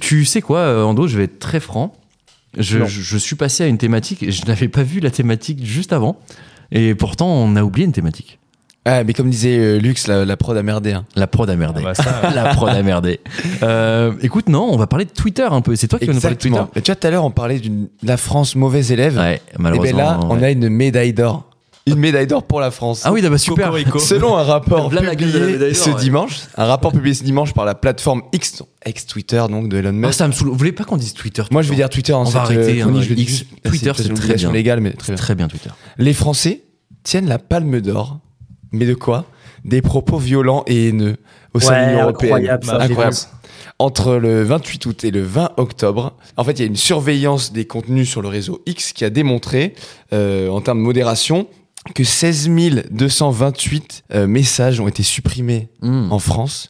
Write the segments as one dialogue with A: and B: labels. A: Tu sais quoi, euh, Ando, je vais être très franc. Je,
B: Non.
A: je- je suis passé à une thématique, et je n'avais pas vu la thématique juste avant. Et pourtant, on a oublié une thématique.
C: Ah, mais comme disait euh, Lux, la, la prod a merdé. hein.
A: La prod a merdé.
B: bah ça,
A: la prod a merdé. Euh, écoute, non, on va parler de Twitter un peu. C'est toi qui vas nous parler de Twitter.
C: Exactement. Et tu vois, tout à l'heure, on parlait d'une la France mauvaise élève.
A: Ouais,
C: Et
A: malheureusement.
C: bien Eh ben là, on
A: ouais.
C: a une médaille d'or. Une médaille d'or pour la France.
A: Ah oui, bah super.
B: Cocorico.
C: Selon un rapport
A: Voilà la gueule de la médaille
C: publié
A: d'or,
C: ce
A: ouais.
C: dimanche, un rapport publié ce dimanche par la plateforme X, ex Twitter donc de Elon
A: Ah,
C: Musk.
A: ça me saoule. Vous voulez pas qu'on dise Twitter
C: Moi, je vais dire Twitter en
A: On
C: cette,
A: va
C: euh,
A: arrêter, hein,
C: chronique, je vais
A: X,
C: juste-
A: Twitter,
C: peut-être
A: c'est
C: une
A: très
C: obligation
A: bien.
C: légale, mais très bien.
A: Très bien, Twitter.
C: Les Français tiennent la palme d'or, mais de quoi Des propos violents et haineux au sein de l'Union européenne.
D: incroyable, ça, j'ai vu.
C: Incroyable. Entre le 28 août et le 20 octobre, en fait, il y a une surveillance des contenus sur le réseau X qui a démontré, euh, en termes de modération, que 16 228 euh, messages ont été supprimés
A: Hmm.
C: en France.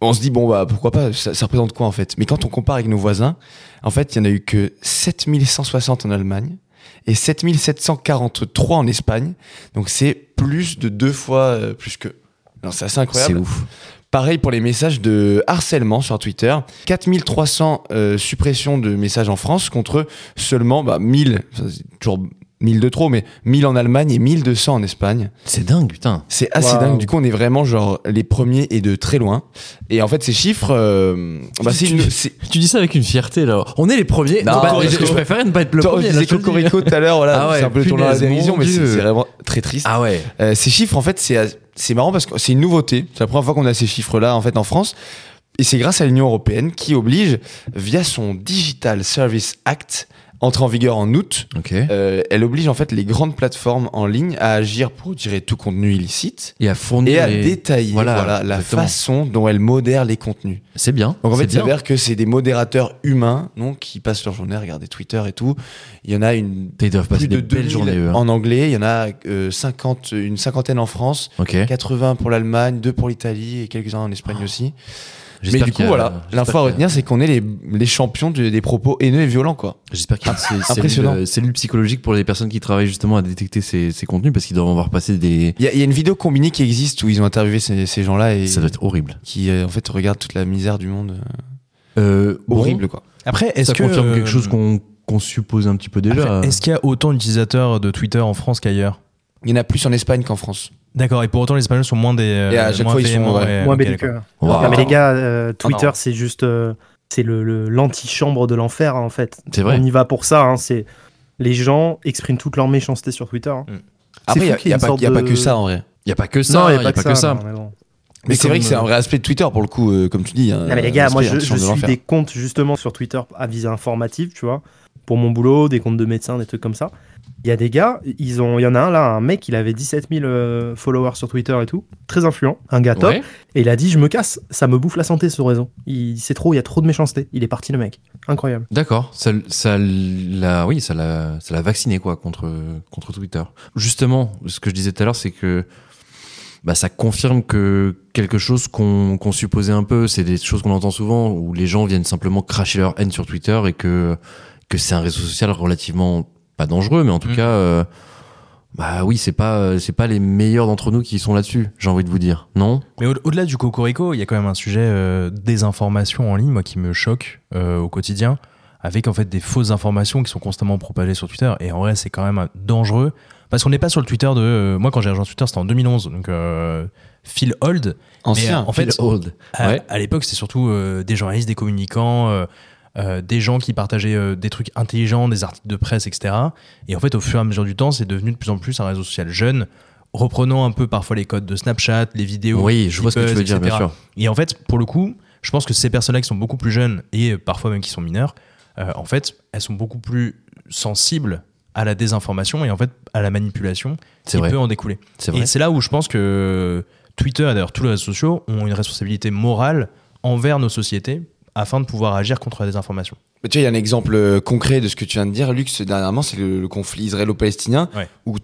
C: On se dit, bon, bah, pourquoi pas, ça, ça représente quoi en fait Mais quand on compare avec nos voisins, en fait, il n'y en a eu que 7160 en Allemagne et 7743 en Espagne. Donc c'est plus de deux fois euh, plus que. Non, c'est assez
A: C'est
C: incroyable.
A: ouf.
C: Pareil pour les messages de harcèlement sur Twitter. 4300 euh, suppressions de messages en France contre seulement bah, 1000, ça, c'est toujours 1000 de trop, mais 1000 en Allemagne et 1200 en Espagne.
A: C'est dingue, putain.
C: C'est assez
D: Waouh.
C: dingue. Du coup, on est vraiment genre les premiers et de très loin. Et en fait, ces chiffres, euh, bah, c'est une. c'est-
A: Tu dis ça avec une fierté, là. On est les premiers.
C: Non,
A: bah,
C: Cocorico.
A: je, je préférais ne pas être le
C: Toi,
A: premier.
C: je
A: là,
C: disais
A: je te le dis.
C: Cocorico tout à l'heure, voilà,
A: Ah ouais,
C: c'est un peu le tournoi à la
A: punaise,
C: dérision,
A: mon
C: mais c'est
A: Dieu.
C: c'est vraiment très triste.
A: Ah ouais.
C: Euh, ces chiffres, en fait, c'est as- c'est marrant parce que c'est une nouveauté. C'est la première fois qu'on a ces chiffres-là, en fait, en France. Et c'est grâce à l'Union européenne qui oblige, via son Digital Service Act, entré en vigueur en août,
A: Ok.
C: euh, elle oblige en fait les grandes plateformes en ligne à agir pour retirer tout contenu illicite
A: Et à fournir.
C: et à
A: les-
C: détailler
A: voilà,
C: voilà, la
A: exactement.
C: façon dont elle modère les contenus.
A: C'est bien.
C: Donc en fait,
A: c'est
C: il
A: bien.
C: s'avère que c'est des modérateurs humains donc, qui passent leur journée à regarder Twitter et tout. Il y en a une
A: Ils doivent passer
C: plus de
A: des belles
C: 2000
A: journées, eux. hein.
C: en anglais, il y en a euh, 50, une cinquantaine en France,
A: Ok.
C: 80 pour l'Allemagne, 2 pour l'Italie et quelques-uns en Espagne aussi. Mais
A: J'espère
C: du
A: qu'il
C: coup,
A: y a-
C: voilà,
A: j'espère
C: l'info
A: qu'il
C: à
A: y a-
C: retenir, c'est qu'on est les, les champions de- des propos haineux et violents, quoi.
A: J'espère qu'il y a une cellule-
C: Impressionnant.
A: euh, cellule psychologique pour les personnes qui travaillent justement à détecter ces, ces contenus parce qu'ils doivent avoir passé des.
C: Il y, a- il y a une vidéo combinée qui existe où ils ont interviewé ces, ces gens-là et
A: Ça doit être horrible.
C: qui, euh, en fait, regardent toute la misère du monde. euh,
A: Euh, bon,
C: Horrible, quoi.
B: Après,
A: ça
B: est-ce que.
A: confirme
B: euh,
A: quelque chose qu'on qu'on suppose un petit peu déjà.
B: après, Est-ce qu'il y a autant d'utilisateurs de Twitter en France qu'ailleurs
C: Il y en a plus en Espagne qu'en France.
B: D'accord, et pour autant les Espagnols sont moins des. euh,
C: Et à chaque
B: moins
C: fois, ils sont,
B: véhéments,
C: ouais,
B: ouais,
D: Moins
B: ok,
D: belliqueux.
B: d'accord.
A: Waouh.
D: Non, mais les
C: Pardon.
D: gars, euh, Twitter,
C: Pardon.
D: c'est juste. euh, c'est le- le, l'antichambre de l'enfer, hein, en fait.
A: C'est vrai.
D: On y va pour ça. hein, c'est Les gens expriment toute leur méchanceté sur Twitter. hein.
C: Après, il n'y
D: fou
C: a,
D: qu'il y
C: il y a
D: ait
C: pas
D: une
C: il y a
D: sorte
C: pas
D: de-
C: que ça en vrai.
A: Il n'y a pas que
D: Non,
A: ça. Il n'y a pas que ça.
D: non, mais bon.
C: Mais c'est vrai
D: comme,
C: que c'est
D: euh,
C: un vrai aspect de Twitter pour le coup, euh, comme tu dis.
D: Non, mais les gars, moi, je, je suis des comptes justement sur Twitter à visée informative, tu vois, pour mon boulot, des comptes de médecins, des trucs comme ça. Il y a des gars, ils ont, il y en a un là, un mec, il avait 17 000 euh, followers sur Twitter et tout, très influent, un gars top,
A: Ouais.
D: et il a dit Je me casse, ça me bouffe la santé ce réseau. Il c'est trop, il y a trop de méchanceté. Il est parti le mec. Incroyable.
A: D'accord, ça, ça l'a, oui, ça l'a, ça l'a vacciné quoi contre contre Twitter. Justement, ce que je disais tout à l'heure, c'est que bah, ça confirme que quelque chose qu'on qu'on supposait un peu, c'est des choses qu'on entend souvent où les gens viennent simplement cracher leur haine sur Twitter et que que c'est un réseau social relativement pas dangereux, mais en tout
B: Mm.
A: cas, euh, bah oui, c'est pas c'est pas les meilleurs d'entre nous qui sont là-dessus. J'ai envie de vous dire, non
B: Mais au- au-delà du cocorico, il y a quand même un sujet euh, désinformation en ligne, moi, qui me choque euh, au quotidien, avec en fait des fausses informations qui sont constamment propagées sur Twitter. Et en vrai, c'est quand même euh, dangereux. Parce qu'on n'est pas sur le Twitter de. euh, moi, quand j'ai rejoint Twitter, c'était en 2011. Donc, euh, Phil Old.
C: Ancien.
B: Mais, euh, en fait,
A: Feel old.
B: À,
A: Ouais.
B: à l'époque, c'était surtout euh, des journalistes, des communicants, euh, euh, des gens qui partageaient euh, des trucs intelligents, des articles de presse, etc. Et en fait, au fur et à mesure du temps, c'est devenu de plus en plus un réseau social jeune, reprenant un peu parfois les codes de Snapchat, les vidéos.
A: Oui, je vois ce que tu veux dire, bien
B: etc.
A: sûr.
B: Et en fait, pour le coup, je pense que ces personnes-là qui sont beaucoup plus jeunes et euh, parfois même qui sont mineures, euh, en fait, elles sont beaucoup plus sensibles à la désinformation et en fait à la manipulation
A: C'est
B: qui
A: vrai,
B: peut en découler.
A: c'est vrai.
B: Et c'est là où je pense que Twitter et d'ailleurs tous les réseaux sociaux ont une responsabilité morale envers nos sociétés afin de pouvoir agir contre la désinformation.
C: Mais tu vois, il y a un exemple euh, concret de ce que tu viens de dire, Lux, dernièrement, c'est le, le conflit israélo-palestinien,
B: Ouais.
C: où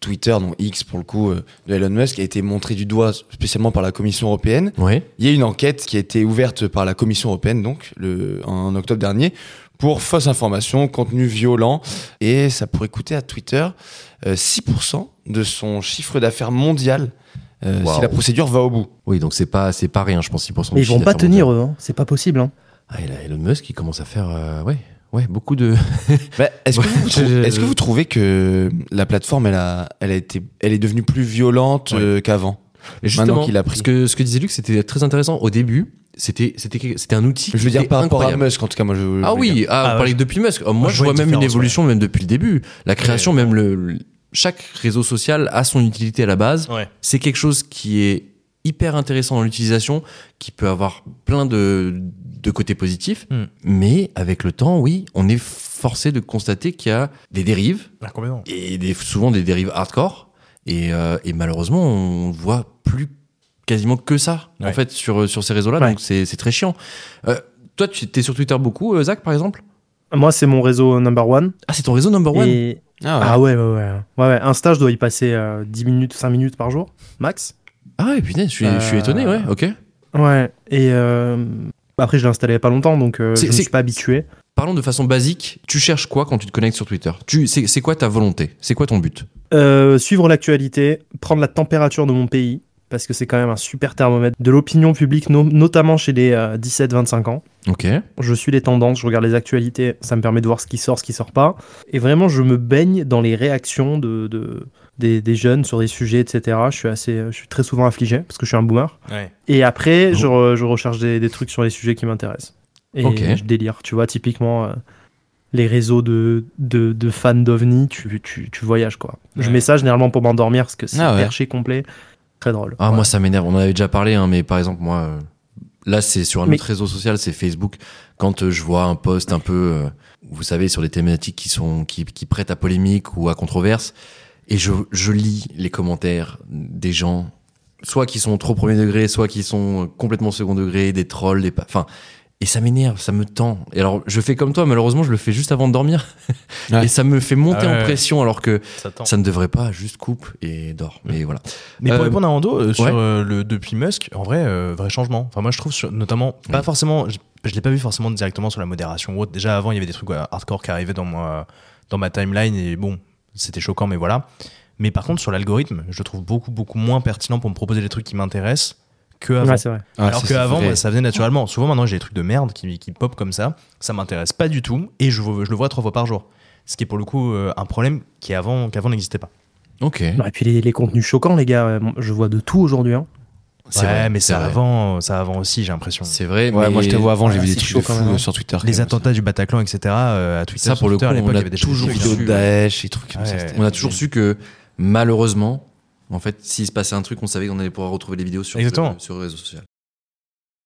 C: Twitter, donc X pour le coup, euh, de Elon Musk, a été montré du doigt spécialement par la Commission européenne.
A: Oui.
C: Il y a une enquête qui a été ouverte par la Commission européenne, donc, le, en octobre dernier, pour fausse information, contenu violent, et ça pourrait coûter à Twitter euh, 6% de son chiffre d'affaires mondial euh,
A: Wow.
C: si la procédure va au bout.
A: Oui, donc c'est pas, c'est pas rien, je pense, 6%
D: Mais
A: du
D: ils vont
A: chiffre
D: pas
A: d'affaires
D: tenir eux, hein. c'est pas possible. hein.
A: Ah, et là, Elon Musk, il commence à faire euh, ouais, ouais, beaucoup de.
C: Bah, est-ce, que
A: Ouais,
C: vous
A: je-
C: trouvez, est-ce que vous trouvez que la plateforme, elle, a, elle, a été, elle est devenue plus violente
A: Ouais.
C: euh, qu'avant
A: Et
C: Maintenant qu'il a pris.
A: Ce que, ce que disait Luc, c'était très intéressant. Au début, c'était, c'était, c'était un outil.
C: Je veux
A: qui
C: dire,
A: était
C: par rapport à
A: incroyable.
C: Musk, en tout cas, moi, je. je
A: Ah
C: veux dire.
A: oui, ah,
B: Ah,
A: on parlait depuis Musk. Moi, je vois
B: une
A: même une
B: différence,
A: évolution, même depuis le début. La création, même le, le- chaque réseau social a son utilité à la base.
B: Ouais.
A: C'est quelque chose qui est hyper intéressant dans l'utilisation, qui peut avoir plein de, de côtés positifs.
B: Hmm.
A: Mais avec le temps, oui, on est forcé de constater qu'il y a des dérives
B: Ah, complètement.
A: et des, souvent des dérives hardcore. Et, euh, et malheureusement, on voit plus quasiment que ça en
B: Ouais.
A: fait sur, sur ces réseaux-là.
D: Ouais.
A: Donc c'est c'est très chiant. Euh, toi, tu es sur Twitter beaucoup, euh, Zach, par exemple
D: Moi, c'est mon réseau number one.
A: Ah, c'est ton réseau number one
D: Et-
C: Ah, ouais.
D: Ah ouais, ouais, ouais. ouais, ouais. Un stage doit y passer euh, 10 minutes, 5 minutes par jour, max.
A: Ah, et putain, je suis, je suis
D: Euh,
A: étonné, ouais, ok.
D: Ouais. Et euh, après, je l'ai installé il y a pas longtemps, donc euh,
A: C'est-
D: je ne
A: c'est-
D: suis pas habitué.
A: Parlons de façon basique. Tu cherches quoi quand tu te connectes sur Twitter Tu- C'est c'est quoi ta volonté C'est quoi ton but
D: Euh, suivre l'actualité, prendre la température de mon pays, parce que c'est quand même un super thermomètre de l'opinion publique, no- notamment chez les euh, 17-25 ans.
A: Ok.
D: Je suis les tendances, je regarde les actualités, ça me permet de voir ce qui sort, ce qui sort pas. Et vraiment, je me baigne dans les réactions de, de- des, des jeunes sur des sujets, etc. Je suis, assez, je suis très souvent affligé, parce que je suis un boomer.
B: Ouais.
D: Et après, je, re- je recherche des, des trucs sur les sujets qui m'intéressent. Et
A: Ok.
D: je délire. Tu vois, typiquement, euh, les réseaux de, de, de fans d'OVNI, tu, tu, tu voyages, quoi. Je
B: Ouais.
D: mets ça généralement pour m'endormir, parce que c'est
C: Ah ouais.
D: perché complet. Très drôle.
A: Ah, moi, ça m'énerve. On en avait déjà parlé, hein, mais par exemple, moi, euh, là, c'est sur un
D: Mais-
A: autre réseau social, c'est Facebook. Quand euh, je vois un post un peu, euh, vous savez, sur des thématiques qui sont, qui, qui prêtent à polémique ou à controverse, et je, je lis les commentaires des gens, soit qui sont trop premier degré, soit qui sont euh, complètement second degré, des trolls, des, pa- enfin, et ça m'énerve, ça me tend. Et alors, je fais comme toi, malheureusement, je le fais juste avant de dormir.
C: Ouais.
A: Et ça me fait monter
B: Ah ouais,
A: en
B: ouais.
A: pression, alors que
B: Ça tend.
A: ça ne devrait pas, juste coupe et dors. Mais voilà.
B: Mais pour
A: Euh,
B: répondre à Ando, euh, sur
A: ouais.
B: euh, le depuis Musk, en vrai, euh, vrai changement. Enfin, moi, je trouve sur- notamment,
A: Mm.
B: pas forcément, je, je l'ai pas vu forcément directement sur la modération ou autre. Déjà, avant, il y avait des trucs euh, hardcore qui arrivaient dans, moi, dans ma timeline et bon, c'était choquant, mais voilà. Mais par contre, sur l'algorithme, je le trouve beaucoup, beaucoup moins pertinent pour me proposer des trucs qui m'intéressent que avant.
D: Ouais, c'est vrai.
C: Ah,
B: Alors
C: ça, c'est
B: qu'avant,
C: vrai.
B: bah, ça venait naturellement. Souvent, maintenant, j'ai des trucs de merde qui, qui pop comme ça. Ça m'intéresse pas du tout et je, vo- je le vois trois fois par jour. Ce qui est pour le coup euh, un problème qui avant, qu'avant n'existait pas.
A: Ok.
D: Non, et puis les, les contenus choquants, les gars, euh, je vois de tout aujourd'hui. hein.
A: C'est vrai,
B: mais
A: c'est
B: ça
A: vrai.
B: avant, ça avant aussi, j'ai l'impression.
A: C'est vrai.
C: Ouais,
A: mais
C: moi, je te vois avant, j'ai
D: Ah,
C: vu des
D: c'est
C: trucs
D: chaud
C: de
D: quand
C: fou
D: même,
C: euh,
D: hein.
C: sur Twitter. quand
B: Les
C: même,
B: attentats du Bataclan, etc. euh, à Twitter,
A: Ça,
B: sur
A: pour le
B: Twitter,
A: coup,
B: à
A: on
B: l'époque,
A: l'a
B: il y avait des choses
A: toujours
C: ça.
B: de
A: su.
B: fou.
C: Vidéos de Daesh, des trucs comme ça.
B: Ouais.
C: c'était-
A: On a toujours su que malheureusement, en fait, s'il se passait un truc, on savait qu'on allait pouvoir retrouver les vidéos sur,
B: Exactement.
A: ce- sur le réseau social.